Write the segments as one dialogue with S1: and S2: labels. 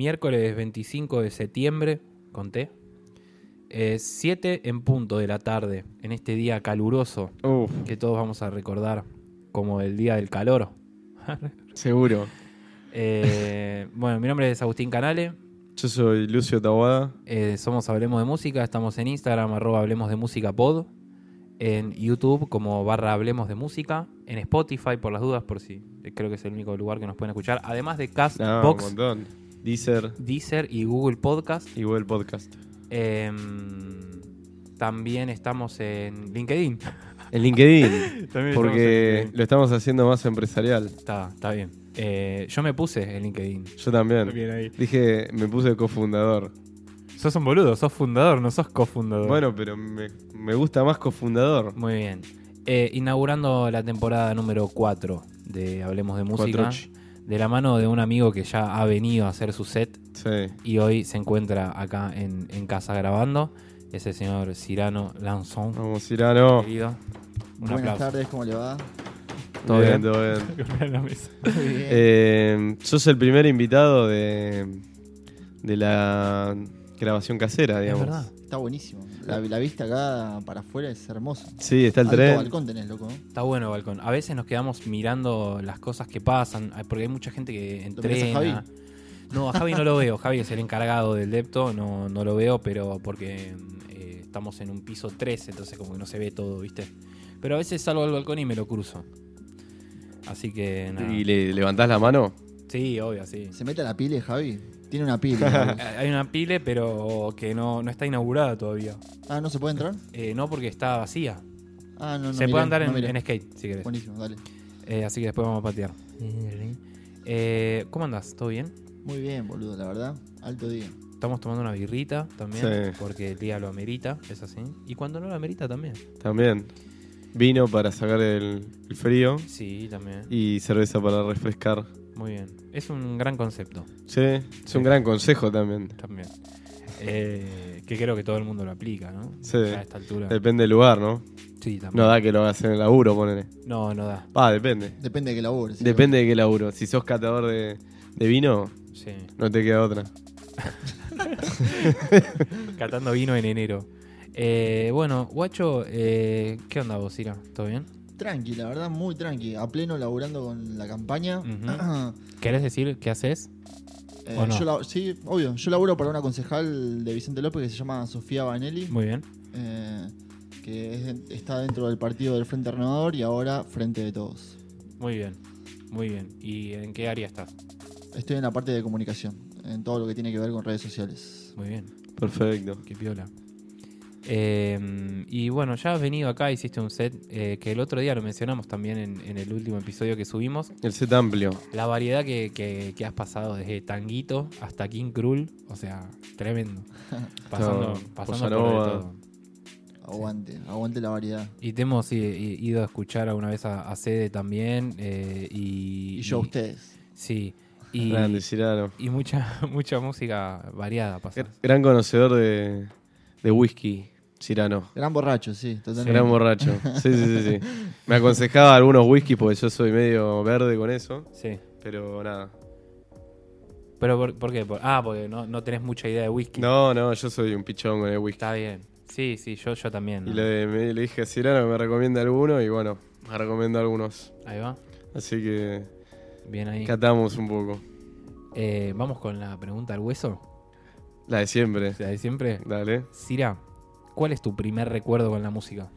S1: miércoles 25 de septiembre, conté, eh, 7 en punto de la tarde, en este día caluroso
S2: Uf,
S1: que todos vamos a recordar como el día del calor.
S2: seguro.
S1: Eh, bueno, mi nombre es Agustín Canale,
S2: Yo soy Lucio Tawada.
S1: eh, somos Hablemos de Música, estamos en Instagram, arroba Hablemos de Música Pod, en YouTube como barra Hablemos de Música, en Spotify por las dudas, por si eh, creo que es el único lugar que nos pueden escuchar, además de
S2: Ah,
S1: Castbox,
S2: un montón. Deezer
S1: Deezer y Google Podcast.
S2: y Google Podcast.
S1: Em, también estamos en LinkedIn.
S2: En LinkedIn,
S1: También
S2: porque lo estamos haciendo más empresarial.
S1: Está, está bien. Eh, yo me puse en LinkedIn.
S2: Yo también.
S1: Bien ahí.
S2: Dije, me puse cofundador.
S1: Sos un boludo, sos fundador, no sos cofundador.
S2: Bueno, pero me, me gusta más cofundador.
S1: Muy bien. Eh, inaugurando la temporada número 4 de Hablemos de Música.
S2: Cuatruch.
S1: De la mano de un amigo que ya ha venido a hacer su set
S2: Sí.
S1: y hoy se encuentra acá en, en casa grabando. Es el señor Cirano Lanzón.
S2: Vamos, Cirano.
S1: Querido. Un
S3: Buenas
S1: aplauso.
S3: tardes, ¿cómo le va?
S1: ¿Todo bien?
S2: Todo bien.
S1: La mesa.
S3: Muy bien.
S2: Eh, sos el primer invitado de, de la grabación casera,
S1: Es
S2: digamos.
S1: verdad.
S3: Está buenísimo. La, la vista acá para afuera es hermosa.
S2: Sí, está el
S3: Alto
S2: tren.
S3: balcón tenés, loco. ¿no?
S1: Está bueno el balcón. A veces nos quedamos mirando las cosas que pasan, ay, porque hay mucha gente que
S3: ¿Lo mirás a
S1: entrena.
S3: Javi?
S1: No, a Javi no lo veo. Javi es el encargado del depto, no, no lo veo, pero porque eh, estamos en un piso 3, entonces como que no se ve todo, ¿viste? Pero a veces salgo al balcón y me lo cruzo. Así que nada.
S2: ¿Y le levantás la mano?
S1: Sí, obvio, sí.
S3: ¿Se mete a la pile, Javi? Tiene una pile. Javi.
S1: Hay una pile, pero que no, no está inaugurada todavía.
S3: ah, ¿no se puede entrar?
S1: Eh, no porque está vacía.
S3: Ah, no, no.
S1: se
S3: miré,
S1: puede andar
S3: no
S1: en-
S3: miré.
S1: en, skate, si querés.
S3: Buenísimo, dale.
S1: Eh, así que después vamos a patear. Eh, ¿Cómo andás? ¿Todo bien?
S3: Muy bien, boludo, la verdad. Alto día.
S1: Estamos tomando una birrita también,
S2: Sí.
S1: porque el día lo amerita, es así. Y cuando no lo amerita también.
S2: También. Vino para sacar el, el frío
S1: Sí, también.
S2: y cerveza para refrescar.
S1: Muy bien. Es un gran concepto
S2: Sí, es un gran consejo también.
S1: también. Eh, que creo que todo el mundo lo aplica, ¿no?
S2: Sí.
S1: Ya A esta altura.
S2: Depende del lugar, ¿no?
S1: Sí,
S2: No
S1: también.
S2: da que lo hagas en el laburo, ponele.
S1: No, no da.
S2: Ah, depende.
S3: Depende de que labures. ¿eh? ¿sí?
S2: Depende de qué laburo. Si sos catador de, de vino,
S1: Sí.
S2: no te queda otra.
S1: Catando vino en enero. Eh, bueno, guacho, eh, ¿qué onda vos, Ira? ¿Todo bien?
S3: Tranqui, la verdad, muy tranqui. A pleno laburando con la campaña.
S1: Ujú. ¿Querés decir qué haces?
S3: Eh,
S1: ¿O no?
S3: yo la- sí, obvio. Yo laburo para una concejal de Vicente López que se llama Sofía Banelli.
S1: Muy bien.
S3: eh, que es- está dentro del partido del Frente Renovador y ahora Frente de Todos.
S1: Muy bien. Muy bien. ¿Y en qué área estás?
S3: Estoy en la parte de comunicación, en todo lo que tiene que ver con redes sociales.
S1: Muy bien.
S2: Perfecto.
S1: Qué piola. Eh, y bueno, ya has venido acá, hiciste un set eh, que el otro día lo mencionamos también en, en el último episodio que subimos.
S2: El set amplio.
S1: La variedad que, que- que has pasado desde Tanguito hasta King Krul, o sea, tremendo. Pasando,
S2: Todo.
S1: pasando
S2: Bossa
S1: por de
S2: nova.
S1: todo.
S3: Aguante, aguante la variedad.
S1: Y te hemos i- i- ido a escuchar alguna vez a, a Sede también. eh, y,
S3: Y yo a ustedes.
S1: Sí. Y,
S2: Grande, Cirano.
S1: y mucha, mucha música variada pasó.
S2: Gr- Gran conocedor de, de whisky, Cirano.
S3: Gran borracho, sí, totalmente.
S2: Gran borracho. Sí, sí, sí, sí. Me aconsejaba algunos whisky porque yo soy medio verde con eso.
S1: Sí.
S2: Pero nada.
S1: ¿Pero por, por qué? Por- ah, porque no, no tenés mucha idea de whisky.
S2: No, no, yo soy un pichón con el whisky.
S1: Está bien. Sí, sí, yo, yo
S3: Ah.
S1: también.
S2: Y
S1: ¿no?
S2: le, me- le dije a Cirano que me recomienda alguno y bueno, me recomienda algunos.
S1: Ahí va.
S2: Así que
S1: Bien ahí.
S2: catamos un poco.
S1: Eh, Vamos con la pregunta al hueso.
S2: La de siempre.
S1: O sea, de siempre.
S2: Dale.
S1: Sira, ¿cuál es tu primer recuerdo con la música?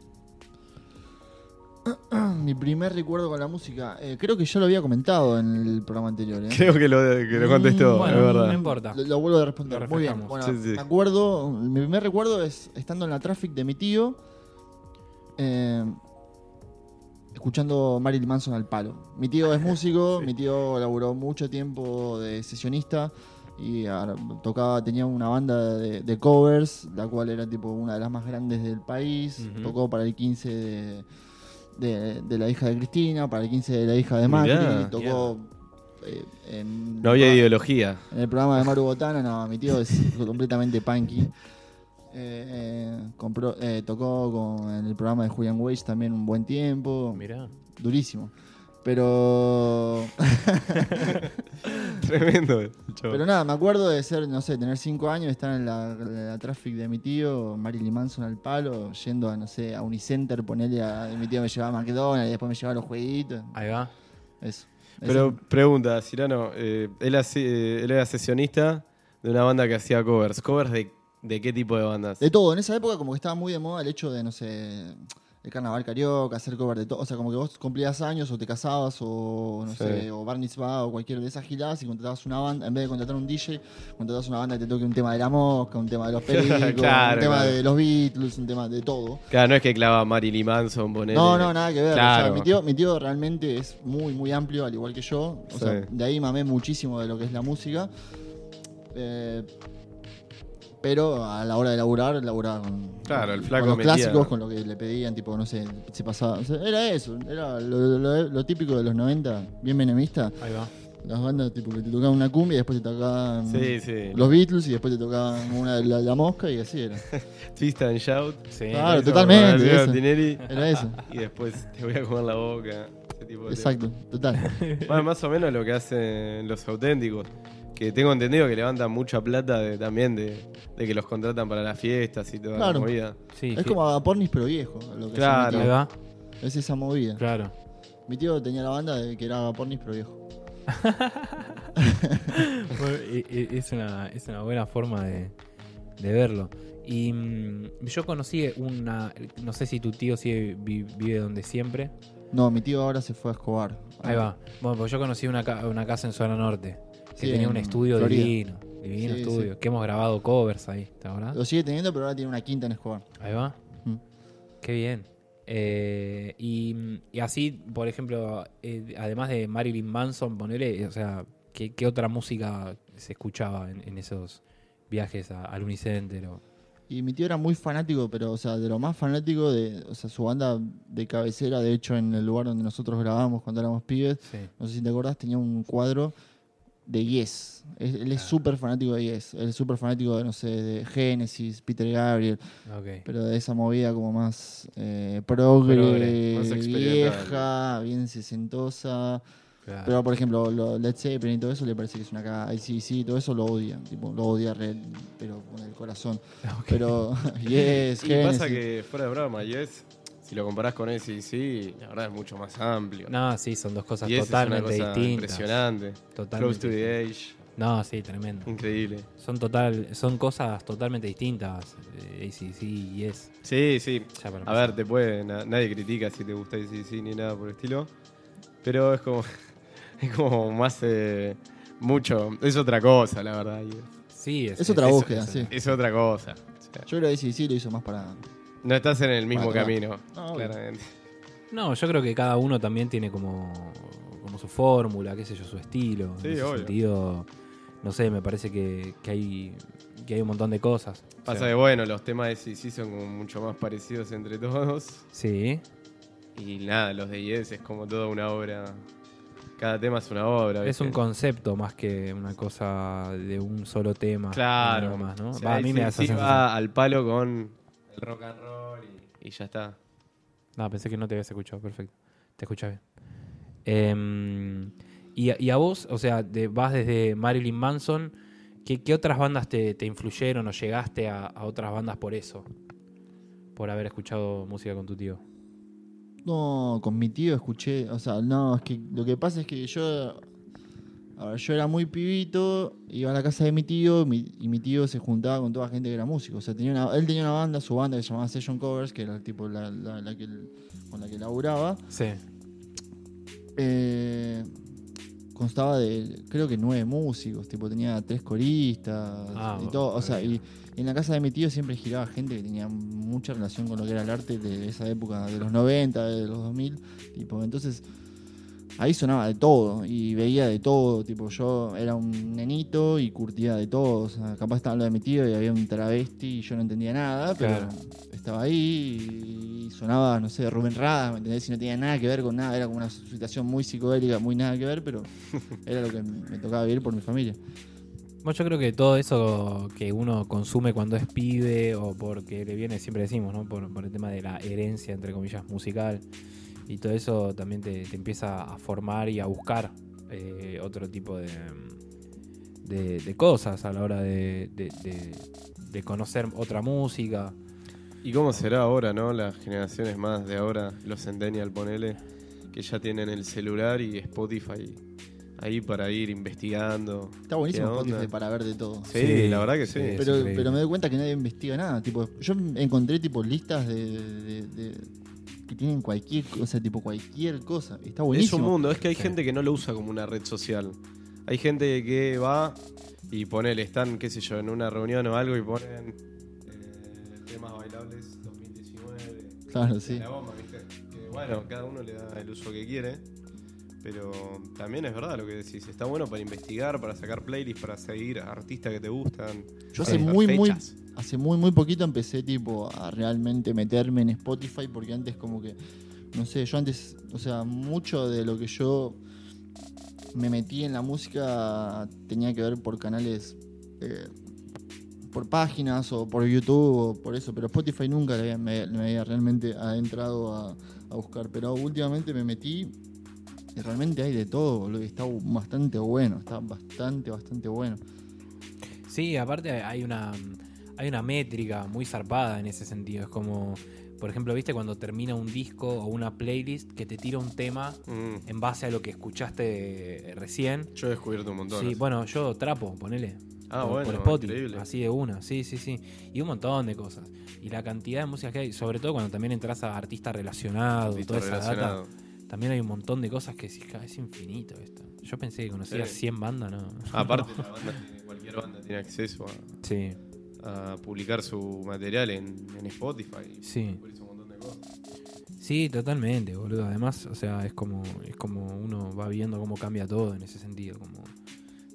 S3: Mi primer recuerdo con la música, eh, creo que ya lo había comentado en el programa anterior. ¿eh?
S2: Creo que lo, que lo contestó,
S3: Mm,
S2: es
S1: Bueno, no
S2: verdad.
S1: importa.
S3: Lo, lo vuelvo a responder.
S1: Lo
S3: Muy bien.
S1: refrescamos.
S3: Bueno,
S2: Sí, sí.
S3: me acuerdo, mi primer recuerdo es estando en la traffic de mi tío, eh, escuchando Marilyn Manson al palo. Mi tío es músico, mi tío laburó mucho tiempo de sesionista y ar- tocaba, tenía una banda de, de covers, la cual era tipo una de las más grandes del país.
S1: Ujú.
S3: Tocó para el 15 de, de- de la hija de Cristina, para el 15 de la hija de Macri,
S2: Mirá.
S3: tocó... eh, en
S2: No había
S3: ah,
S2: ideología.
S3: en el programa de Maru Botana, no, mi tío es completamente punky. Eh, eh, compró- eh, tocó con, en el programa de Julian Wage también un buen tiempo.
S1: Mirá.
S3: Durísimo. Pero.
S2: Tremendo el chabón.
S3: Pero nada, me acuerdo de ser, no sé, tener 5 años, estar en la, en la traffic de mi tío, Marilyn Manson al palo, yendo a, no sé, a Unicenter, ponerle a. Mi tío me llevaba a McDonald's, después me llevaba a los jueguitos.
S1: Ahí va.
S3: Eso.
S2: Pero pregunta, Cirano, eh, él, hace- eh, él era sesionista de una banda que hacía covers. ¿Covers de, de qué tipo de bandas?
S3: De todo, en esa época como que estaba muy de moda el hecho de, no sé, el carnaval carioca, hacer cover de todo. O sea, como que vos cumplías años o te casabas o, no
S2: Sí.
S3: sé, o Bar Mitzvah o cualquier de esas giladas y contratabas una banda, en vez de contratar un DJ, contratabas una banda que te toque un tema de la mosca, un tema de los pericos,
S2: Claro,
S3: un tema
S2: claro.
S3: de los Beatles, un tema de todo.
S2: Claro, no es que clava Marilyn Manson, ponele.
S3: No, no, nada que ver. o sea,
S2: Claro.
S3: mi, tío, mi tío realmente es muy, muy amplio, al igual que yo. O
S2: Sí.
S3: sea, de ahí mamé muchísimo de lo que es la música. Eh, pero a la hora de laburar, laburaba con,
S2: Claro, el
S3: con
S2: flaco
S3: los
S2: metía.
S3: clásicos, con lo que le pedían, tipo, no sé, se pasaba. o sea, era eso, era lo, lo- lo típico de los 90, bien menemista.
S1: Ahí va.
S3: Las bandas, tipo, que te tocaban una cumbia y después te tocaban
S2: Sí, sí.
S3: los Beatles y después te tocaban una, la, la mosca y así era.
S2: Twist and Shout.
S1: Sí.
S3: Claro,
S2: Eso,
S3: totalmente,
S2: con Alfredo
S3: eso.
S2: Tinelli,
S3: Era eso,
S2: y después te voy a comer la boca. ese tipo de
S3: exacto, total.
S2: temas. Bueno, más o menos lo que hacen los auténticos. Que tengo entendido que levantan mucha plata de- también de, de que los contratan para las fiestas y toda
S3: Claro.
S2: la movida.
S1: Sí,
S3: Es
S1: sí.
S3: como a Pornis pero viejo. Lo que
S2: Claro.
S3: hacía mi
S1: Ahí
S3: tío.
S1: va.
S3: Es esa movida.
S1: Claro.
S3: Mi tío tenía la banda de que era Pornis pero viejo.
S1: Bueno, e- e- es, una, es una buena forma de, de verlo. Y mm, yo conocí una. No sé si tu tío sigue, vi- vive donde siempre.
S3: No, mi tío ahora se fue a Escobar.
S1: Ahí va. Bueno, pues yo conocí una, ca- una casa en zona norte. Que
S3: Sí,
S1: tenía
S3: en
S1: un estudio
S3: Florida.
S1: divino. Divino
S3: Sí,
S1: estudio. Que hemos grabado covers ahí, ¿te acordás?
S3: Ah. Lo sigue teniendo, pero ahora tiene una quinta en Escobar.
S1: Ahí va.
S3: Mm.
S1: Qué bien. Eh, y, y así, por ejemplo, eh, además de Marilyn Manson, ponele, eh, o sea, ¿qué, qué otra música se escuchaba en, en esos viajes a- al Unicenter? o-
S3: Y mi tío era muy fanático, pero, o sea, de lo más fanático de, o sea, su banda de cabecera, de hecho, en el lugar donde nosotros grabábamos cuando éramos pibes,
S1: Sí.
S3: no sé si te acordás, tenía un cuadro de Yes. Es- él es súper fanático de Yes. Él es súper fanático de, no sé, de Genesis, Peter Gabriel.
S1: Ok.
S3: Pero de esa movida como más eh, progre,
S1: Progre,
S2: más experimental. Ah.
S3: vieja, bien sesentosa.
S1: claro.
S3: Pero por ejemplo, lo, Led Zeppelin y todo eso le parece que es una caga. El sí, todo eso lo odia. Tipo, lo odia re- pero con el corazón.
S1: Ok.
S3: Pero yes,
S2: Y pasa
S3: Genesis.
S2: que fuera de broma, Yes, si lo comparás con sí la verdad es mucho más amplio.
S1: No, sí, son dos cosas
S2: Yes es una
S1: totalmente
S2: cosa
S1: distintas.
S2: Impresionante. Close to
S1: Totalmente.
S2: the Age,
S1: No, sí, tremendo.
S2: increíble.
S1: Son total, son cosas totalmente distintas. Eh, ACC y es.
S2: Sí, sí.
S1: Ya para
S2: A
S1: empezar.
S2: ver, te puede, na- nadie critica si te gusta sí ni nada por el estilo. Pero es como, es como más, eh, mucho, es otra cosa, la verdad. Yes.
S1: Sí, es,
S3: Es otra
S1: eso,
S3: búsqueda,
S1: eso.
S3: sí.
S2: Es otra cosa. O sea,
S3: Yo creo que sí lo hizo más para.
S2: no estás en el mismo
S3: Para atrás.
S2: camino,
S3: No, obvio.
S2: claramente.
S1: No, yo creo que cada uno también tiene como, como su fórmula, qué sé yo, su estilo.
S2: Sí,
S1: en ese
S2: obvio.
S1: sentido, no sé, me parece que, que hay, que hay un montón de cosas. O
S2: Pasa
S1: sea,
S2: que, bueno, los temas de sí son como mucho más parecidos entre todos.
S1: Sí,
S2: Y nada, los de Yes es como toda una obra. Cada tema es una obra.
S1: es un
S2: concepto.
S1: concepto más que una cosa de un solo tema.
S2: Claro.
S1: nada más, ¿no?
S2: O sea,
S1: Va, a mí
S2: sí,
S1: me da esa
S2: sí,
S1: sensación.
S2: va al palo con el rock and roll y, y ya está.
S1: No, pensé que no te habías escuchado, perfecto. Te escuchas bien. Em, y, a- y a vos, o sea, de- vas desde Marilyn Manson, ¿qué, qué otras bandas te, te influyeron o llegaste a, a otras bandas por eso? Por haber escuchado música con tu tío.
S3: No, con mi tío escuché. O sea, no, es que lo que pasa es que yo. A ver, yo era muy pibito, iba a la casa de mi tío mi- y mi tío se juntaba con toda gente que era músico. O sea, tenía una- él tenía una banda, su banda que se llamaba Session Covers, que era tipo la, la- la que, él- con la que laburaba.
S1: Sí.
S3: Eh, constaba de creo que nueve músicos, tipo tenía tres coristas
S1: Ah,
S3: y todo, o sea,
S1: bueno.
S3: y, y en la casa de mi tío siempre giraba gente que tenía mucha relación con lo que era el arte de esa época de los 90, de los 2000, tipo, entonces ahí sonaba de todo y veía de todo, tipo, yo era un nenito y curtía de todo, o sea, capaz estaba lo de mi tío y había un travesti y yo no entendía nada, pero
S1: Claro.
S3: estaba ahí y sonaba, no sé, Rubén Rada, ¿me entendés? Y no tenía nada que ver con nada, era como una situación muy psicodélica, muy nada que ver, pero era lo que me tocaba vivir por mi familia.
S1: Bueno, yo creo que todo eso que uno consume cuando es pibe o porque le viene, siempre decimos, ¿no? Por, por el tema de la herencia, entre comillas, musical. Y todo eso también te, te empieza a formar y a buscar eh, otro tipo de, de, de cosas a la hora de, de- de- de conocer otra música.
S2: ¿Y cómo será ahora, no? Las generaciones más de ahora, los Centennial, ponele, que ya tienen el celular y Spotify ahí para ir investigando.
S3: Está buenísimo
S2: ¿Qué onda?
S3: Spotify para ver de todo.
S2: Sí, la verdad que sí.
S1: es
S3: Pero,
S1: increíble.
S3: pero me doy cuenta que nadie investiga nada. Tipo, yo encontré tipo listas de, de- de- que tienen cualquier cosa, tipo cualquier cosa. Está buenísimo.
S2: Es un mundo, es que hay
S1: Sí.
S2: gente que no lo usa como una red social. Hay gente que va y ponele, están, qué sé yo, en una reunión o algo y ponen eh, temas bailables 2019.
S3: Claro, sí.
S2: La bomba, ¿viste? Que, bueno, cada uno le da el uso que quiere. Pero también es verdad lo que decís. Está bueno para investigar, para sacar playlists, para seguir a artistas que te gustan.
S3: Yo
S2: para
S3: hace
S2: buscar
S3: muy, muy,
S2: fechas.
S3: hace muy, muy poquito empecé tipo a realmente meterme en Spotify porque antes como que, no sé, yo antes, o sea, mucho de lo que yo me metí en la música tenía que ver por canales, eh, por páginas o por YouTube o por eso, pero Spotify nunca le había- me, me había realmente adentrado a, a buscar, pero últimamente me metí y realmente hay de todo, boludo, y está bastante bueno, está bastante, bastante bueno.
S1: Sí, aparte hay una, hay una métrica muy zarpada en ese sentido. Es como, por ejemplo, viste cuando termina un disco o una playlist que te tira un tema
S2: Mm,
S1: en base a lo que escuchaste recién.
S2: Yo he descubierto un montón.
S1: Sí,
S2: así.
S1: bueno, yo trapo, ponele.
S2: ah,
S1: por,
S2: bueno,
S1: por Spotify,
S2: increíble.
S1: así de una, sí, sí, sí. Y un montón de cosas. Y la cantidad de músicas que hay, sobre todo cuando también entras a artistas relacionados,
S2: Artista
S1: toda esa
S2: relacionado.
S1: data, también hay un montón de cosas que decís, "Ca, es infinito esto. Yo pensé que conocía
S2: Sí.
S1: 100 bandas, ¿no?
S2: Aparte, la banda tiene- cualquier banda tiene acceso a,
S1: Sí,
S2: a publicar su material en, en Spotify.
S1: sí.
S2: Por eso un montón de cosas.
S1: Sí, totalmente, boludo. Además, o sea, es como, es como uno va viendo cómo cambia todo en ese sentido. Como,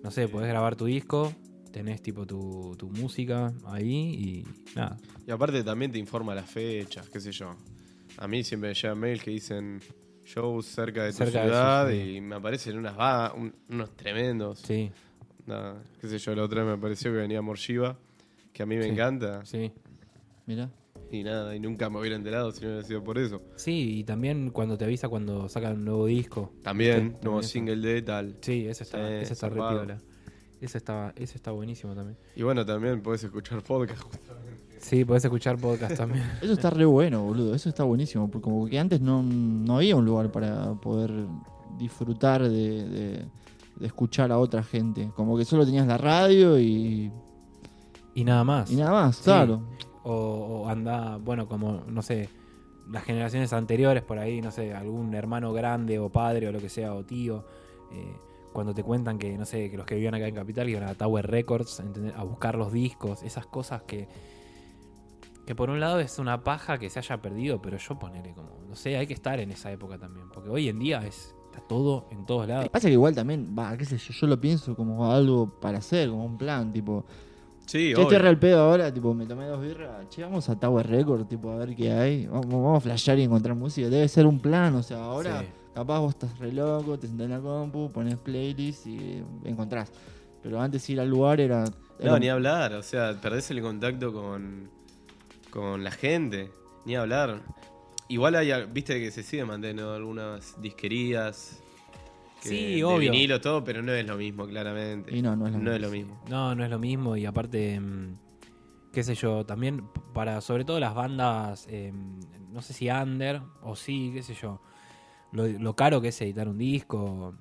S1: no sé, podés grabar tu disco, tenés tipo tu, tu música ahí y nada.
S2: Y aparte también te informa las fechas, qué sé yo. A mí siempre me llegan mails que dicen shows cerca de tu
S1: Cerca de su
S2: ciudad
S1: ciudad.
S2: y me aparecen unas va- un- unos tremendos.
S1: Sí,
S2: Nada, qué sé yo, la otra vez me apareció que venía Morshiva, que a mí me
S1: Sí.
S2: encanta.
S1: sí.
S3: Mirá.
S2: Y nada, y nunca me hubiera enterado si no hubiera sido por eso.
S1: Sí, y también cuando te avisa cuando sacan un nuevo disco. Sí,
S2: También, nuevo
S1: también.
S2: single de tal.
S1: Sí, eso está,
S2: Sí,
S1: eso está re
S2: zarpado.
S1: piola. Eso está, eso está buenísimo también.
S2: Y bueno, también podés escuchar podcast.
S1: Sí, podés escuchar podcast también.
S3: Eso está re bueno, boludo. Eso está buenísimo. Porque como que antes no, no había un lugar para poder disfrutar de, de- de escuchar a otra gente. Como que solo tenías la radio y,
S1: Y nada más.
S3: y nada más,
S1: Sí.
S3: claro.
S1: o, o anda, bueno, como, no sé, las generaciones anteriores por ahí, no sé, algún hermano grande o padre o lo que sea, o tío, eh, cuando te cuentan que, no sé, que los que vivían acá en Capital iban a Tower Records ¿entendés? a buscar los discos, esas cosas que... Que por un lado es una paja que se haya perdido, pero yo ponerle como, no sé, hay que estar en esa época también, porque hoy en día es, está todo en todos lados.
S3: Pasa que igual también, va, qué sé yo, yo lo pienso como algo para hacer, como un plan, tipo.
S2: Sí,
S3: Che, estoy
S2: obvio.
S3: re al pedo ahora, tipo, me tomé dos birras, che, vamos a Tower Record, tipo, a ver qué hay. Vamos, vamos a flashear y encontrar música. Debe ser un plan, o sea, ahora
S1: Sí.
S3: capaz vos estás re loco, te sentás en la compu, pones playlist y encontrás. Pero antes ir al lugar era. era
S2: No,
S3: un-
S2: ni hablar, o sea, perdés el contacto con, con la gente, ni hablar. Igual hay, viste que se sigue manteniendo algunas disquerías. que-
S1: Sí,
S2: de
S1: obvio.
S2: vinilo, todo, pero no es lo mismo, claramente.
S3: Y no, no es lo
S2: mismo.
S1: No, no es lo mismo y aparte, mm, qué sé yo, también p- para sobre todo las bandas, em, no sé si under o sí, qué sé yo, lo, lo caro que es editar un disco,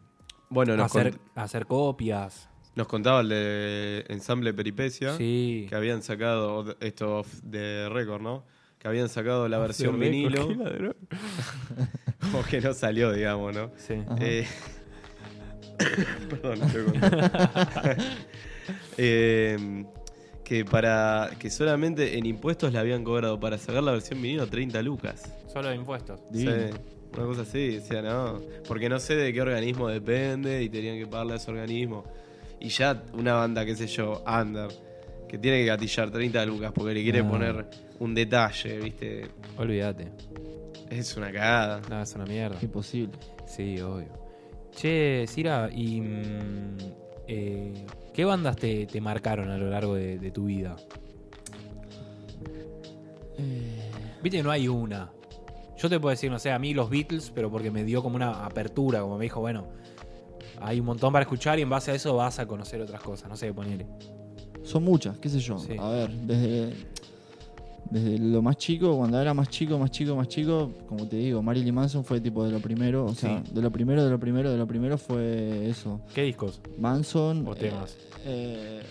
S2: Bueno, nos,
S1: hacer,
S2: cont-
S1: hacer copias,
S2: nos contaba el de Ensamble Peripecia
S1: sí.
S2: que habían sacado esto de récord, ¿no? Que habían sacado la versión vinilo, como que no salió, digamos, ¿no?
S1: Sí.
S3: Ajá.
S2: Eh, Perdón, estoy contento. Eh, que para que solamente en impuestos le habían cobrado para sacar la versión vinilo 30 lucas.
S1: Solo de impuestos.
S3: Divino.
S2: Sí, una cosa así, o sea, no, porque no sé de qué organismo depende y tenían que pagarle a ese organismo. Y ya una banda, qué sé yo, under que tiene que gatillar 30 lucas porque le
S3: Ah.
S2: quiere
S1: No.
S2: poner un detalle, ¿viste?
S1: Olvídate.
S2: Es una cagada.
S1: Nada, es una mierda.
S3: Imposible.
S1: Sí, obvio. Che, Cira, ¿y mm, eh, qué bandas te, te marcaron a lo largo de, de tu vida?
S3: Eh,
S1: Viste que no hay una. Yo te puedo decir, no sé, a mí los Beatles, pero porque me dio como una apertura, como me dijo, bueno, hay un montón para escuchar y en base a eso vas a conocer otras cosas, no sé, ponele.
S3: Son muchas, qué sé yo.
S1: Sí.
S3: A ver, desde, desde lo más chico, cuando era más chico, más chico, más chico, como te digo, Marilyn Manson fue tipo de lo primero, o sea, de lo primero, de lo primero, de lo primero fue eso.
S1: ¿Qué discos?
S3: Manson.
S1: O
S3: eh,
S1: temas.
S3: eh,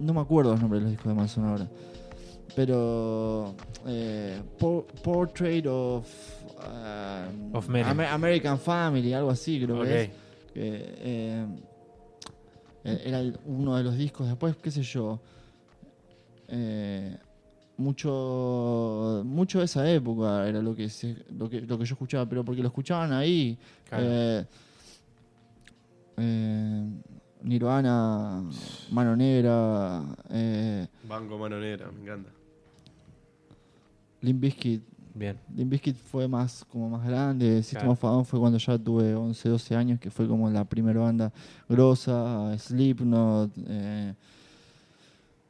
S3: no me acuerdo los nombres de los discos de Manson ahora. Pero. eh, Por- Portrait of. ah,
S1: Of Mary.
S3: Amer- American Family, algo así, creo
S1: Ok.
S3: que es. Que, eh, eh, era el- uno de los discos. Después, qué sé yo. eh, mucho mucho de esa época era lo que, se- lo que lo que yo escuchaba pero porque lo escuchaban ahí
S1: Claro.
S3: eh, eh, Nirvana, Mano Negra, eh,
S2: Banco Mano Negra, me encanta.
S3: Limp Bizkit.
S1: Bien.
S3: Limp Bizkit fue más, como más grande. System
S1: Claro.
S3: of a Down fue cuando ya tuve 11, 12 años, que fue como la primera banda grosa, Slipknot. eh.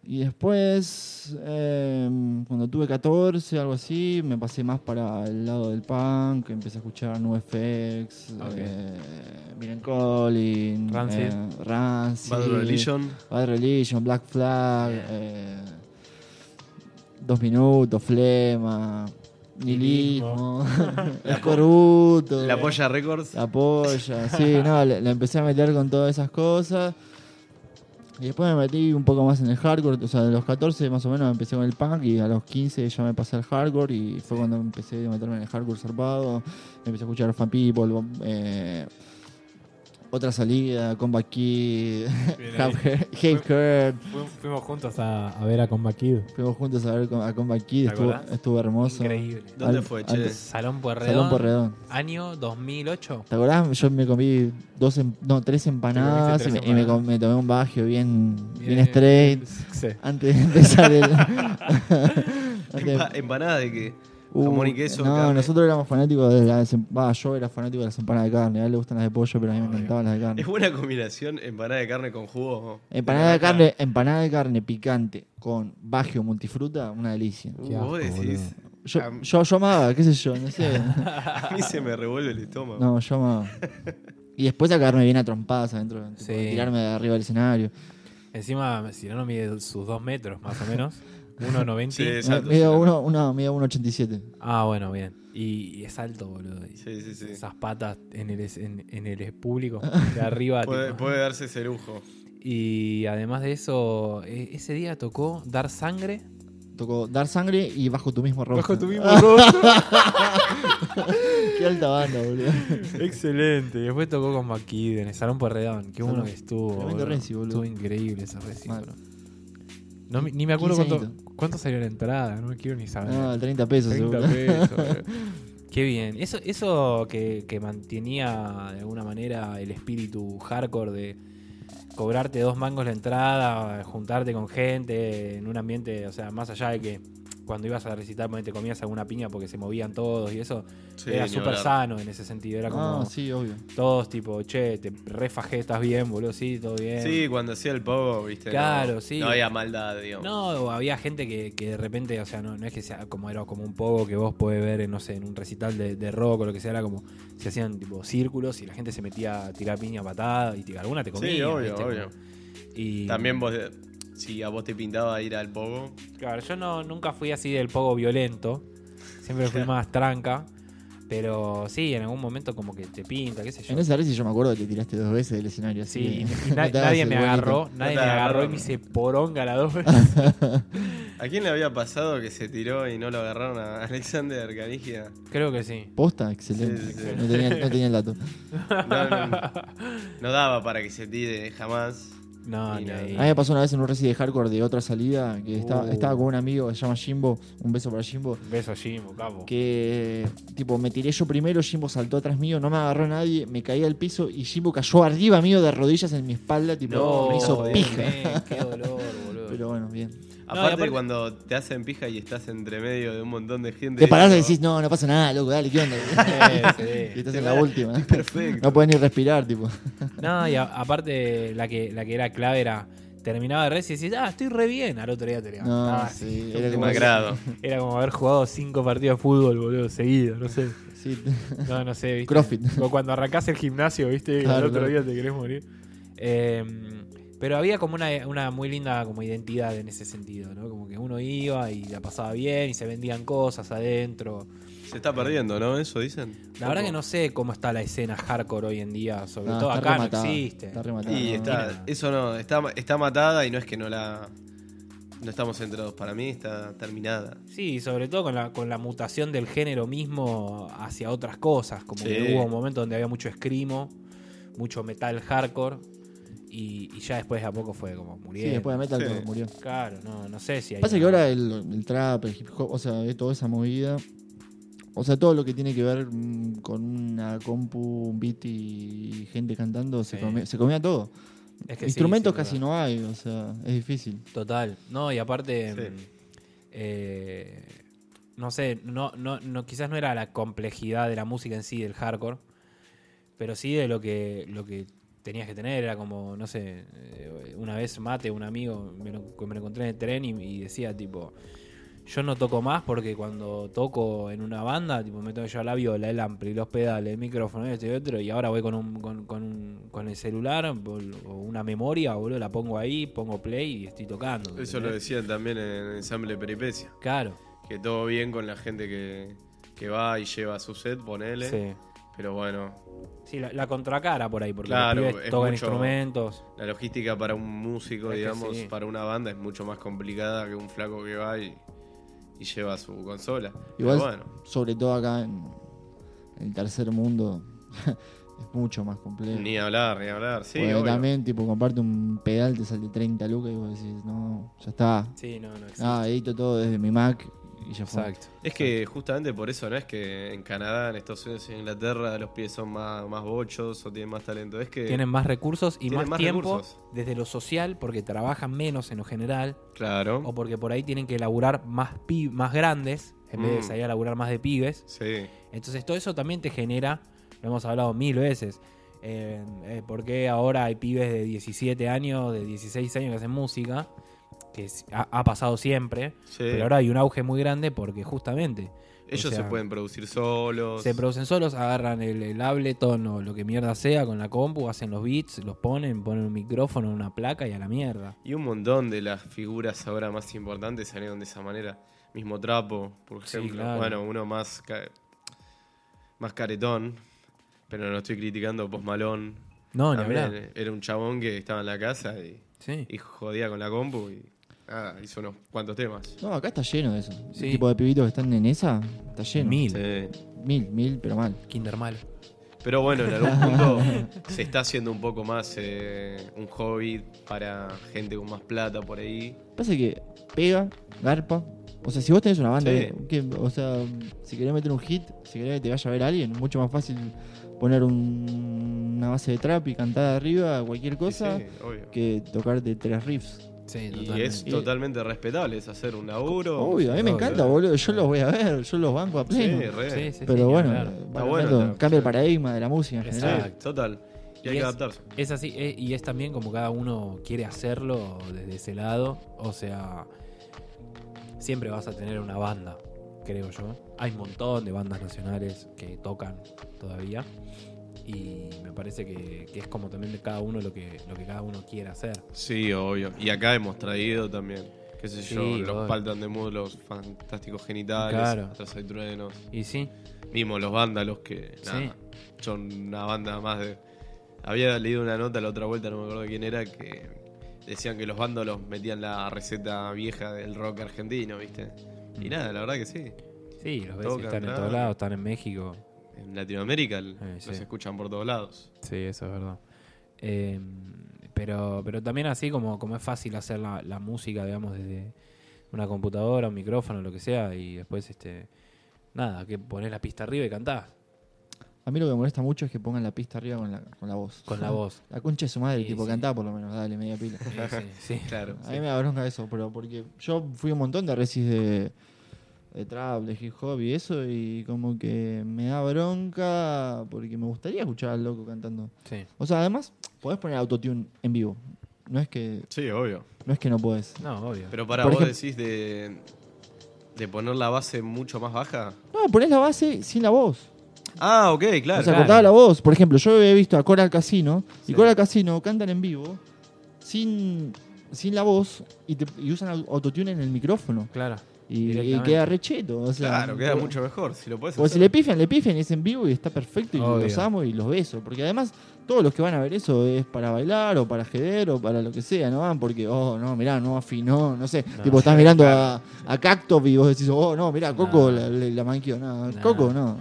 S3: Y después, eh, cuando tuve 14, algo así, me pasé más para el lado del punk. Empecé a escuchar NoFX,
S1: Ok.
S3: eh, Miren Collin,
S1: Rancid.
S3: eh, Rancid.
S2: Bad Religion.
S3: Bad Religion, Black Flag, eh, Dos Minutos, Flema, Nihilismo, El Corrupto,
S2: La Polla Records.
S3: La Polla, sí, no, le, le empecé a meter con todas esas cosas. Y después me metí un poco más en el hardcore, o sea, de los 14 más o menos empecé con el punk y a los 15 ya me pasé al hardcore y fue cuando empecé a meterme en el hardcore zarpado, empecé a escuchar Fan People, bom- eh, otra salida, Combat Kid,
S1: Bien ahí.
S3: Hate Heard,
S1: Fu- Fuimos juntos a.
S4: A, a ver a Combat Kid.
S3: fuimos juntos a ver con- a Combat Kid,
S1: ¿Te
S3: estuvo,
S1: acordás?
S3: estuvo hermoso.
S1: Increíble.
S2: ¿Dónde
S3: Al-
S2: fue,
S3: al-
S2: che?
S1: Salón Puerredón.
S3: Salón Porredón.
S1: Año 2008.
S3: ¿Te acordás? Yo me comí dos, em- no, tres empanadas,
S1: Te comiste tres
S3: y, me, y me
S1: empanadas.
S3: com- me tomé un bajio bien, bien, straight
S1: Sí.
S3: antes de empezar el... antes de-
S2: Empa- ¿Empanada de qué?
S3: Uh,
S2: Jamón y queso.
S3: No,
S2: carne.
S3: nosotros éramos fanáticos de las... em- Va, yo era fanático de las empanadas de carne. A él le gustan las de pollo, pero a mí me encantaban las de carne.
S2: Es buena combinación empanada de carne con jugo.
S3: Empanada de carne, empanada de carne picante con bajio multifruta, una delicia.
S2: Uh,
S4: Qué asco,
S2: vos decís.
S3: Yo,
S2: Am-
S3: yo, yo amaba, qué sé yo, no sé.
S2: A mí se me revuelve el estómago.
S3: No, yo amaba. Y después sacarme bien a trompadas adentro, tipo,
S1: Sí.
S3: tirarme de arriba del escenario.
S1: Encima, si no, no mide sus dos metros más o menos. 1,90.
S2: Sí, es alto.
S3: Mido uno- uno- mido 1,87.
S1: Ah, bueno, bien. Y, y es alto, boludo. Y
S2: Sí, sí, sí.
S1: Esas patas en el, es- en, en el público. De arriba.
S2: Puede,
S1: tipo.
S2: puede darse ese lujo.
S1: Y además de eso, e- ese día tocó Dar Sangre.
S3: Tocó dar sangre y bajo tu mismo rostro.
S4: Bajo tu mismo rostro.
S3: Qué alta banda, boludo.
S1: Excelente. Y después tocó con Maquid en el Salón Porredón. Qué bueno
S3: Salón.
S1: que estuvo.
S3: Tremendo reci, boludo.
S1: Estuvo increíble ese reci,
S3: Mal.
S1: boludo. No, me- ni me acuerdo
S3: 15
S1: cuánto, cuánto salió la entrada. No me quiero ni saber.
S3: No, 30 Ah, pesos
S1: 30
S3: seguro.
S1: pesos, boludo. Qué bien. Eso, eso que, que mantenía de alguna manera el espíritu hardcore de cobrarte dos mangos la entrada, juntarte con gente en un ambiente, o sea, más allá de que cuando ibas a recitar ponele, te comías alguna piña porque se movían todos y eso
S2: Sí,
S1: era
S2: ni
S1: súper
S2: hablar.
S1: sano en ese sentido, era como
S3: Ah, sí, obvio.
S1: todos tipo, che, te refajé, estás bien, boludo, sí, todo bien.
S2: Sí, cuando hacía el pogo, viste.
S1: Claro,
S2: no,
S1: sí.
S2: No había maldad, digamos.
S1: No, había gente que, que de repente, o sea, no, no es que sea como era como un poco que vos podés ver, en, no sé, en un recital de, de rock o lo que sea, era como se hacían tipo círculos y la gente se metía a tirar piña patada y tira- alguna te comía.
S2: sí, obvio,
S1: ¿viste?
S2: obvio.
S1: Como- Y,
S2: También vos, eh, si a vos te pintaba ir al pogo,
S1: Claro, yo no, nunca fui así del poco violento, siempre fui más tranca, pero sí, en algún momento como que te pinta, qué sé yo.
S3: En esa vez yo me acuerdo que te tiraste dos veces del escenario. así
S1: Sí,
S3: que
S1: y na-
S3: no te hagas
S1: nadie
S3: el
S1: me
S3: buenito.
S1: agarró, nadie
S2: te
S1: me agarró y
S2: agarraron.
S1: me hice poronga la dos veces.
S2: ¿a quién le había pasado que se tiró y no lo agarraron a Alexander Canigia?
S1: Creo que sí.
S3: Posta, excelente.
S2: Sí, sí, sí.
S3: No, tenía, no tenía el dato.
S2: No, no, no. No daba para que se tire jamás.
S1: No,
S2: Y
S1: ni
S2: nada.
S1: ahí.
S3: A mí me pasó una vez en un recital de hardcore de otra salida que estaba,
S1: Uh.
S3: estaba con un amigo que se llama Jimbo. Un beso para Jimbo.
S1: Beso Jimbo, capo.
S3: que tipo me tiré yo primero, Jimbo saltó atrás mío, no me agarró nadie, me caí al piso y Jimbo cayó arriba mío de rodillas en mi espalda, tipo
S2: No,
S3: me hizo
S2: Dios
S3: pija.
S1: men, Eh, Qué dolor, boludo.
S3: Pero bueno, bien.
S2: Aparte,
S1: aparte-
S2: cuando te hacen pija y estás entre medio de un montón de gente.
S3: Te parás y
S2: eso-
S3: decís, no, no pasa nada, loco, dale, ¿qué onda?
S1: Sí,
S3: y
S1: sí.
S3: estás
S2: Te
S3: en
S2: va-
S3: la última.
S2: Perfecto.
S3: No puedes ni respirar, tipo.
S1: No, y a- aparte la que, la que era clave era terminaba de res y decías, ah, estoy re bien. Al otro día te
S3: No,
S1: levantabas.
S3: sí,
S2: De
S3: era como.
S2: Magrado.
S1: Era como haber jugado cinco partidos de fútbol, boludo, seguido, no sé.
S3: Sí,
S1: No, no sé, ¿viste?
S3: Crossfit.
S1: O cuando arrancás el gimnasio, ¿viste? Y al
S3: Claro,
S1: otro
S3: claro.
S1: día te querés morir. Eh, pero había como una, una muy linda como identidad en ese sentido, ¿no? Como que uno iba y la pasaba bien y se vendían cosas adentro.
S2: Se está perdiendo, ¿no? Eso dicen.
S1: La verdad que no sé cómo está la escena hardcore hoy en día, sobre
S3: No,
S1: todo
S3: está
S1: acá
S3: rematada,
S1: no existe.
S3: está rematada.
S2: Y
S3: no.
S2: está, eso no, está, está matada y no es que no la. No estamos enterados. Para mí está terminada.
S1: Sí, sobre todo con la, con la mutación del género mismo hacia otras cosas. Como
S2: Sí.
S1: que hubo un momento donde había mucho escrimo, mucho metal hardcore, y, y ya después de a poco fue como
S3: Sí,
S1: muriendo.
S3: después de Metal
S2: Sí.
S3: todo murió.
S1: Claro, no, no sé si hay.
S3: Pasa que
S1: una-
S3: ahora el, el trap, el hip hop, o sea, eh, toda esa movida. O sea, todo lo que tiene que ver mm, con una compu, un beat y gente cantando, se,
S1: Sí.
S3: come- se comía todo.
S1: es que sí,
S3: Instrumentos
S1: sin
S3: casi
S1: duda.
S3: no hay, o sea, es difícil.
S1: Total. No, y aparte.
S2: Sí.
S1: mm, eh, no sé, no, no, no, quizás no era la complejidad de la música en sí, del hardcore. Pero sí de lo que, lo que tenías que tener. Era como, no sé, eh, una vez mate, un amigo, me lo, me lo encontré en el tren y, y decía, tipo. Yo no toco más porque cuando toco en una banda, tipo, me tengo que llevar la viola, el ampli, los pedales, el micrófono, este y otro, y ahora voy con, un, con, con un- con el celular bol- o una memoria, boludo, la pongo ahí, pongo play y estoy tocando.
S2: Eso
S1: ¿entendés?
S2: lo decían también en Ensamble Peripecia.
S1: Claro.
S2: Que todo bien con la gente que, que va y lleva su set, ponele.
S1: Sí.
S2: Pero bueno,
S1: Sí, la, la contracara por ahí, porque
S2: Claro,
S1: los pibes
S2: es
S1: tocan
S2: mucho-
S1: instrumentos.
S2: la logística para un músico,
S1: Es que
S2: digamos,
S1: sí.
S2: para una banda es mucho más complicada que un flaco que va y, y lleva su consola. Pero
S3: Igual,
S2: bueno,
S3: sobre todo acá en en el tercer mundo, es mucho más complejo.
S2: ni hablar, ni hablar. Sí,
S3: Porque
S2: obvio.
S3: también, tipo, comparte un pedal, te sale 30 lucas y vos decís, no, ya está.
S1: Sí, no, no existe.
S3: Ah, edito todo desde mi Mac y ya fue.
S1: Exacto.
S2: Es que justamente por eso no es que en Canadá, en Estados Unidos y en Inglaterra los pies son más, más bochos o tienen más talento. Es que.
S1: Tienen más recursos y
S2: Tienen
S1: más,
S2: más
S1: tiempo
S2: recursos.
S1: desde lo social, porque trabajan menos en lo general,
S2: Claro.
S1: o porque por ahí tienen que laburar más, pi- más grandes, en vez de
S2: Mm.
S1: salir a laburar más de pibes.
S2: Sí.
S1: Entonces todo eso también te genera, lo hemos hablado mil veces, eh, eh, por qué ahora hay pibes de 17 años, de 16 años que hacen música, que es- ha, ha pasado siempre,
S2: sí.
S1: pero ahora hay un auge muy grande porque justamente
S2: Ellos
S1: o sea,
S2: se pueden producir solos.
S1: se producen solos, agarran el, el Ableton o lo que mierda sea con la compu, hacen los beats, los ponen, ponen un micrófono, una placa y a la mierda.
S2: y un montón de las figuras ahora más importantes salieron de esa manera. Mismo Trapo, por
S1: Sí,
S2: ejemplo.
S1: claro.
S2: Bueno, uno más, ca- más caretón. Pero no estoy criticando Post Malone.
S1: No, ni
S2: También
S1: hablar.
S2: Era un chabón que estaba en la casa y,
S1: Sí.
S2: y jodía con la compu y nada, hizo unos cuantos temas.
S3: No, acá está lleno de eso.
S1: Sí.
S3: El tipo de pibitos que están en esa, está lleno.
S1: Mil.
S2: Sí.
S3: Mil, mil, pero mal.
S1: Kinder malo.
S2: Pero bueno, en algún punto se está haciendo un poco más eh, un hobby para gente con más plata por ahí.
S3: Pasa que pega, garpa. O sea, si vos tenés una banda,
S2: Sí.
S3: que, o sea, si querés meter un hit, si querés que te vaya a ver alguien, mucho más fácil poner un- una base de trap y cantar arriba, cualquier cosa,
S2: Sí, sí, obvio.
S3: que tocarte tres riffs.
S1: Sí,
S2: Y es
S1: totalmente.
S2: totalmente respetable, es hacer un laburo.
S3: Obvio, a mí me
S1: obvio.
S3: encanta, boludo. Yo los voy a ver, yo los banco a
S2: Sí,
S3: pleno.
S2: re.
S1: Sí, sí, sí,
S3: pero
S1: ni
S3: bueno,
S1: hablar.
S3: va
S2: bueno,
S3: cambiando,
S2: está-
S3: cambia el paradigma de la música en
S2: Sí,
S1: Exacto.
S3: general.
S2: total. Y, hay
S1: Y
S2: que
S1: es-
S2: adaptarse.
S1: Es así, eh, y es también como cada uno quiere hacerlo desde ese lado. O sea, siempre vas a tener una banda, creo yo. Hay un montón de bandas nacionales que tocan todavía. Y me parece que, que es como también de cada uno lo que, lo que cada uno quiere hacer.
S2: Sí, obvio. Y acá hemos traído también, qué sé yo,
S1: Sí, obvio.
S2: los Paltan de Mood, los fantásticos genitales,
S1: Claro.
S2: Atrás hay truenos.
S1: Y sí,
S2: Mismo los vándalos que
S1: Sí.
S2: nada, son una banda más de. Había leído una nota la otra vuelta, no me acuerdo quién era, que decían que los vándalos metían la receta vieja del rock argentino, ¿viste? Y
S1: Mm.
S2: nada, la verdad que sí.
S1: sí, los ves
S2: Tocan,
S1: y están en
S2: claro.
S1: todos lados, están en México.
S2: En Latinoamérica el-
S1: Eh,
S2: los
S1: sí.
S2: escuchan por todos lados.
S1: Sí, eso es verdad. Eh, pero, pero también así como, como es fácil hacer la, la música, digamos, desde una computadora, un micrófono, lo que sea, y después, este nada, que pones la pista arriba y cantás
S3: A mí lo que me molesta mucho es que pongan la pista arriba con la, con la voz.
S1: con la voz.
S3: La concha de su madre,
S1: Sí,
S3: tipo,
S1: sí.
S3: cantaba por lo menos, dale, media pila.
S1: Sí, sí, sí.
S2: Claro.
S3: A mí me da bronca eso, pero porque yo fui a un montón de recis de, de trap, de hip hop y eso, y como que me da bronca porque me gustaría escuchar al loco cantando.
S1: sí.
S3: O sea, además, podés poner autotune en vivo. No es que
S2: Sí, obvio.
S3: no, es que no puedes.
S1: No, obvio.
S2: Pero para
S3: Por
S2: vos
S3: ejemplo-
S2: decís de, de poner la base mucho más baja.
S3: No, ponés la base sin la voz.
S2: Ah, ok,
S3: O
S2: claro.
S3: sea,
S1: Claro.
S3: cortaba la voz. Por ejemplo, yo he visto a Coral Casino
S2: Sí.
S3: y Coral Casino cantan en vivo sin, sin la voz y, te- y usan au- autotune en el micrófono.
S1: Claro.
S3: Y, y
S1: Directamente.
S3: queda recheto. O sea,
S2: claro, queda
S3: por-
S2: mucho mejor. Si lo puedes
S3: Porque si le pifian, le pifian y es en vivo y está perfecto y
S1: Obvio.
S3: los amo y los beso. Porque además, todos los que van a ver eso es para bailar o para jeder o para lo que sea, no van porque, oh, no, mirá, no afinó, no sé. tipo, estás mirando a, a Cactus y vos decís, oh, no, mirá,
S1: No.
S3: Coco la, la, la manqueó. No,
S1: No.
S3: Coco no.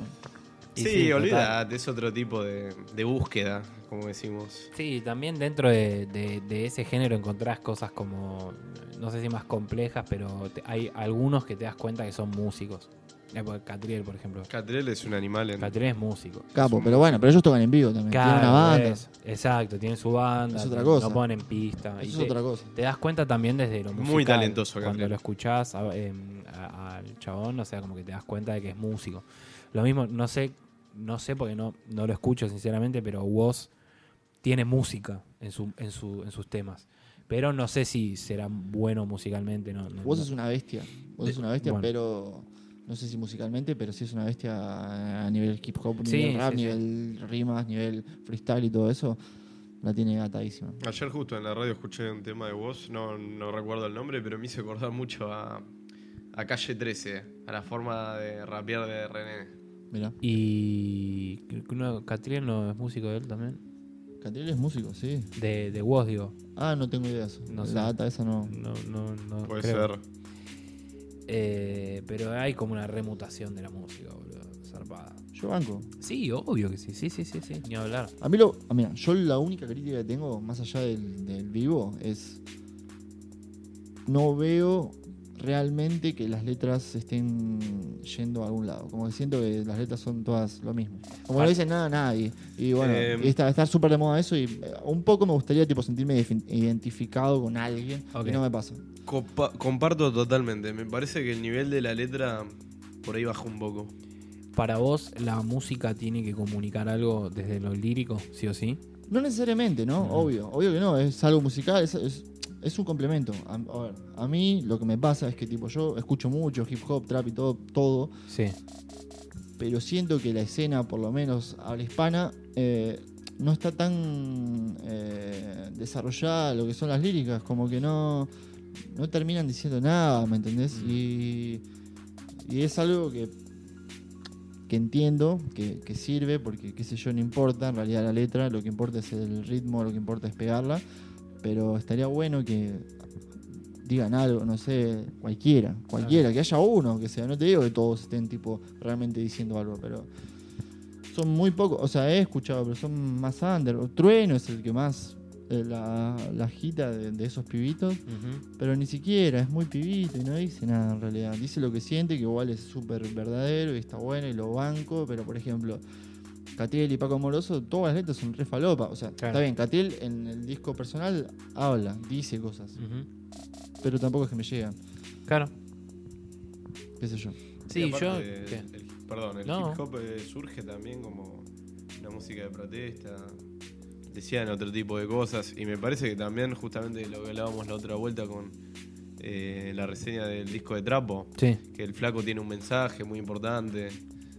S1: Y
S2: Sí,
S1: total.
S2: olvidate, es otro tipo de, de búsqueda, como decimos.
S1: Sí, también dentro de, de- de ese género encontrás cosas como, no sé si más complejas, pero te- hay algunos que te das cuenta que son músicos. Eh, por- Catriel, por ejemplo.
S2: Catriel es un animal en...
S1: Catriel es músico.
S3: Capo, pero bueno, pero ellos tocan en vivo también. Tienen una banda.
S1: es- exacto, tiene su banda.
S3: Es otra
S1: no-
S3: cosa.
S1: No ponen pista. y
S3: Eso
S1: te-
S3: es otra cosa.
S1: Te das cuenta también desde lo
S2: Muy
S1: musical.
S2: talentoso, Gabriel.
S1: Cuando lo escuchás a- em, a- al chabón, o sea, como que te das cuenta de que es músico. Lo mismo, no sé, no sé porque no, no lo escucho sinceramente, pero Woz tiene música en, su, en, su- en sus temas. Pero no sé si será bueno musicalmente. No, no-
S3: Vos
S1: no.
S3: sos una bestia. Vos
S1: De-
S3: sos una bestia,
S1: bueno.
S3: pero. No sé si musicalmente, pero sí es una bestia a nivel hip hop,
S1: Sí,
S3: nivel rap,
S1: sí, sí.
S3: nivel rimas, nivel freestyle y todo eso. La tiene gatadísima.
S2: Ayer justo en la radio escuché un tema de voz, no, no recuerdo el nombre, pero me hizo acordar mucho a, a Calle 13, a la forma de rapear de René.
S3: Mirá.
S1: Y no, Catriel no es músico de él también.
S3: Catriel es músico, sí.
S1: De, de Woz, digo.
S3: Ah, no tengo idea de eso.
S1: No sé.
S3: la data esa no.
S1: No, no, no
S2: Puede
S1: creo.
S2: ser.
S1: Eh, pero hay como una remutación de la música, boludo. Zarpada.
S3: Yo banco.
S1: Sí, obvio que sí, sí, sí, sí, sí, ni hablar.
S3: A mí lo. ah, mira, yo la única crítica que tengo, más allá del, del vivo, es. No veo realmente que las letras estén yendo a algún lado. Como que siento que las letras son todas lo mismo. Como no
S1: Vale.
S3: dicen nada a nadie. Y bueno,
S2: Eh,
S3: y está está súper de moda eso. Y eh, un poco me gustaría tipo sentirme defi- identificado con alguien.
S1: Ok.
S3: Y no me pasa.
S2: Compa- comparto totalmente, me parece que el nivel de la letra por ahí bajó un poco.
S1: Para vos, la música tiene que comunicar algo desde lo lírico, sí o sí.
S3: No necesariamente, ¿no?
S1: Ujú.
S3: Obvio, obvio que no, es algo musical, es, es- es un complemento. A, a ver, a mí lo que me pasa es que tipo yo escucho mucho hip hop, trap y todo, todo,
S1: Sí.
S3: pero siento que la escena, por lo menos habla hispana, eh, no está tan eh, desarrollada lo que son las líricas, como que no, no terminan diciendo nada, ¿me entendés?
S1: Mm.
S3: Y, y es algo que, que entiendo, que, que sirve, porque qué sé yo, no importa en realidad la letra, lo que importa es el ritmo, lo que importa es pegarla, pero estaría bueno que digan algo, no sé, cualquiera, cualquiera, que haya uno, que sea, no te digo que todos estén tipo realmente diciendo algo, pero... Son muy pocos, o sea, he escuchado, pero son más under. Trueno es el que más eh, la, la agita de- de esos pibitos. Pero ni siquiera, es muy pibito y no dice nada en realidad. Dice lo que siente, que igual es súper verdadero y está bueno y lo banco. Pero por ejemplo, Catriel y Paco Moroso, todas las letras son re falopa. O sea,
S1: Claro.
S3: está bien, Catriel en el disco personal habla, dice cosas. Pero tampoco es que me llegan,
S1: Claro.
S3: qué sé yo.
S1: Sí,
S2: aparte,
S1: yo.
S2: el-
S1: ¿qué?
S2: el- perdón, el
S1: No.
S2: hip hop eh, surge también como una música de protesta. Decían otro tipo de cosas. Y me parece que también, justamente lo que hablábamos la otra vuelta con eh, la reseña del disco de Trapo,
S1: Sí.
S2: que el flaco tiene un mensaje muy importante.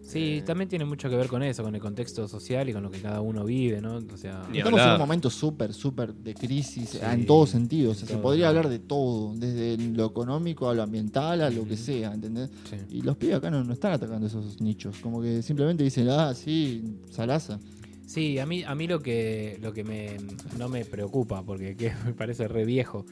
S1: Sí,
S2: Eh,
S1: también tiene mucho que ver con eso, con el contexto social y con lo que cada uno vive, ¿no? O sea.
S2: Ni
S3: Estamos en
S2: hablar.
S3: un momento súper, súper de crisis
S1: Sí,
S3: en todos sentidos. O sea,
S1: en
S3: se
S1: todo,
S3: podría
S1: claro.
S3: hablar de todo, desde lo económico a lo ambiental, a lo que
S1: Ujú.
S3: sea, ¿entendés?
S1: sí.
S3: Y los pibes acá no, no están atacando esos nichos. Como que simplemente dicen, ah, sí, Salaza.
S1: Sí, a mí, a mí lo que, lo que me, no me preocupa, porque que me parece re viejo,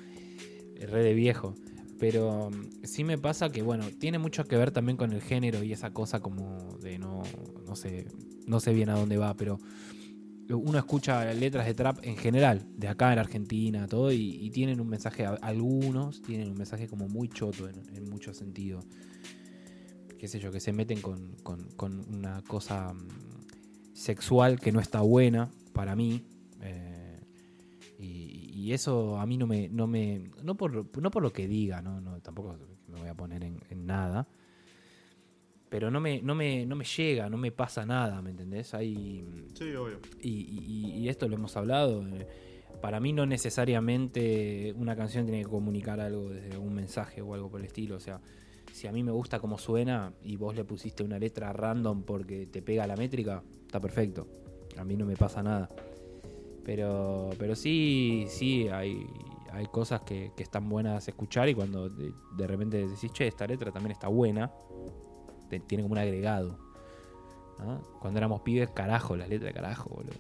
S1: re de viejo, pero mm, sí me pasa que, bueno, tiene mucho que ver también con el género y esa cosa como de no, no sé, no sé bien a dónde va, pero uno escucha letras de trap en general, de acá en Argentina, todo, y, y tienen un mensaje, a- algunos tienen un mensaje como muy choto en, en muchos sentidos. Qué sé yo, que se meten con, con- con una cosa mm, sexual que no está buena para mí. eh, y, y eso a mí no me. No, me, no, por, no por lo que diga, no, no, tampoco me voy a poner en, en nada. Pero no me, no, me, no me llega, no me pasa nada, ¿me entendés? Hay
S2: Sí, obvio.
S1: y, y- y esto lo hemos hablado. eh, Para mí no necesariamente una canción tiene que comunicar algo desde un mensaje o algo por el estilo. O sea, si a mí me gusta como suena y vos le pusiste una letra random porque te pega la métrica, está perfecto. A mí no me pasa nada. Pero, pero sí, sí, hay, hay cosas que, que están buenas a escuchar y cuando de, de repente decís, che, esta letra también está buena, te- tiene como un agregado. ¿no? Cuando éramos pibes, carajo, las letras de carajo, boludo.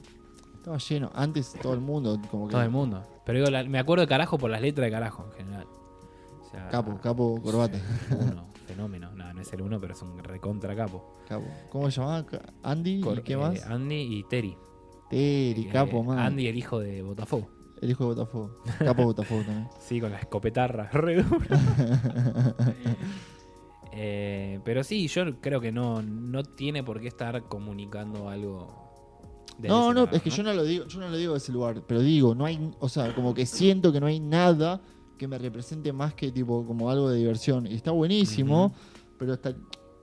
S3: Estaba lleno. Antes todo el mundo, como que.
S1: Todo el mundo. Pero digo, la- me acuerdo de carajo por las letras de carajo en general. O sea,
S3: Capo, capo, corbata.
S1: Uno, fenómeno. No, no es el uno, pero es un recontra capo.
S3: Capo. ¿Cómo se llamaba? Ca- Andy,
S1: Cor-
S3: ¿y qué
S1: eh,
S3: más?
S1: Andy y Terry.
S3: Teri,
S1: Eh,
S3: capo, man.
S1: Andy, el hijo de Botafogo.
S3: El hijo de Botafogo. Capo de Botafogo también.
S1: Sí, con la escopetarra re dura. Eh, pero sí, yo creo que no, no tiene por qué estar comunicando algo. desde
S3: No,
S1: ese
S3: no,
S1: lugar,
S3: es que yo no lo digo, yo no lo digo de ese lugar, pero digo, no hay, o sea, como que siento que no hay nada que me represente más que tipo como algo de diversión. Y está buenísimo,
S1: Ujú.
S3: pero está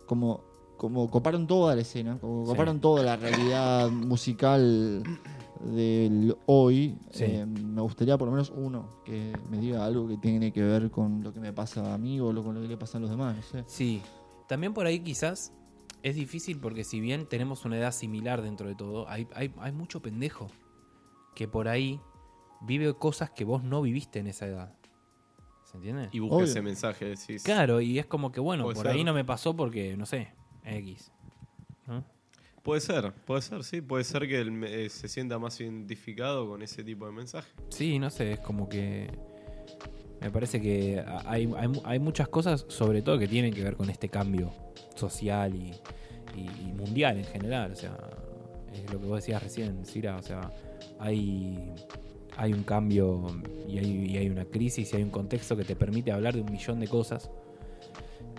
S3: como, como coparon toda la escena, como
S1: Sí.
S3: coparon toda la realidad musical del hoy.
S1: Sí.
S3: Eh, me gustaría por lo menos uno que me diga algo que tiene que ver con lo que me pasa a mí o lo- con lo que le pasa a los demás, no sé.
S1: Sí. También por ahí quizás es difícil porque si bien tenemos una edad similar dentro de todo, hay, hay, hay mucho pendejo que por ahí vive cosas que vos no viviste en esa edad. ¿Se entiende?
S2: Y busca
S3: Obvio.
S2: ese mensaje, decís.
S1: claro, y es como que, bueno,
S2: Puede
S1: por
S2: ser.
S1: ahí no me pasó porque, no sé, X. ¿no?
S2: Puede ser, puede ser, sí. Puede ser que él me- eh, se sienta más identificado con ese tipo de mensaje.
S1: Sí, no sé, es como que... Me parece que a- hay, hay mu- hay muchas cosas, sobre todo, que tienen que ver con este cambio social y, y- y mundial en general. O sea, es lo que vos decías recién, Cira. O sea, hay, hay un cambio y hay, y hay una crisis y hay un contexto que te permite hablar de un millón de cosas.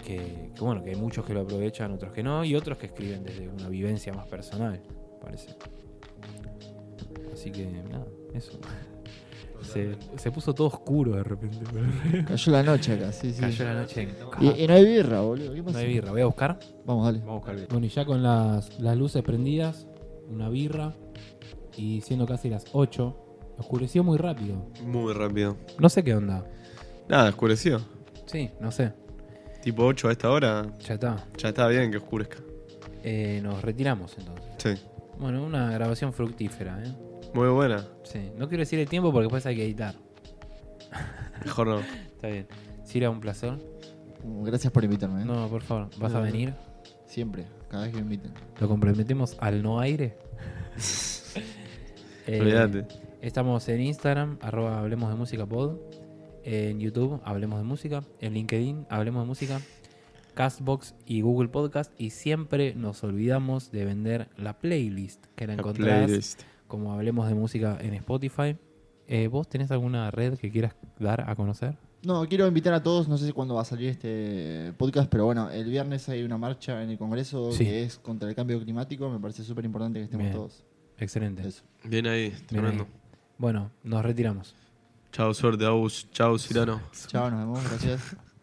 S1: Que, que bueno, que hay muchos que lo aprovechan, otros que no, y otros que escriben desde una vivencia más personal, parece. Así que, nada, eso. Se, se puso todo oscuro de repente.
S3: Cayó la noche acá, sí, sí.
S1: Cayó la noche.
S4: eh,
S3: Y, y no hay birra, boludo. ¿Qué
S1: No
S3: pasa?
S1: hay birra, voy a buscar.
S3: Vamos, dale.
S1: Vamos a buscar.
S4: Bueno, y ya con las, las luces prendidas, una birra, y siendo casi las 8, oscureció muy rápido.
S2: Muy rápido.
S1: No sé qué onda.
S2: Nada, oscureció.
S1: Sí, no sé.
S2: Tipo 8 a esta hora,
S1: Ya está.
S2: ya está bien que oscurezca.
S1: Eh, nos retiramos entonces.
S2: Sí.
S1: Bueno, una grabación fructífera, ¿eh?
S2: Muy buena.
S1: Sí. No quiero decir el tiempo porque después hay que editar.
S2: Mejor no.
S1: Está bien. Sí, era un placer.
S3: Gracias por invitarme. ¿eh?
S1: No, por favor, ¿vas a venir?
S3: Siempre, cada vez que me inviten.
S1: ¿Lo comprometemos al no aire? Eh,
S2: Olvídate.
S1: Estamos en Instagram, arroba Hablemos de Música Pod. En YouTube, Hablemos de Música. En LinkedIn, Hablemos de Música. Castbox y Google Podcast. Y siempre nos olvidamos de vender la playlist, que la
S2: La
S1: encontrás
S2: playlist.
S1: como Hablemos de Música en Spotify. Eh, ¿Vos tenés alguna red que quieras dar a conocer?
S3: No, quiero invitar a todos, no sé si cuándo va a salir este podcast, pero bueno, el viernes hay una marcha en el Congreso
S1: Sí.
S3: que es contra el cambio climático, me parece súper importante que estemos
S1: Bien.
S3: todos.
S1: Excelente.
S3: Eso.
S2: Bien ahí,
S1: Bien ahí.
S2: tremendo.
S1: Bueno, nos retiramos.
S2: Chao, suerte, Agus. Chao, Cirano.
S3: Chao, nos vemos, gracias.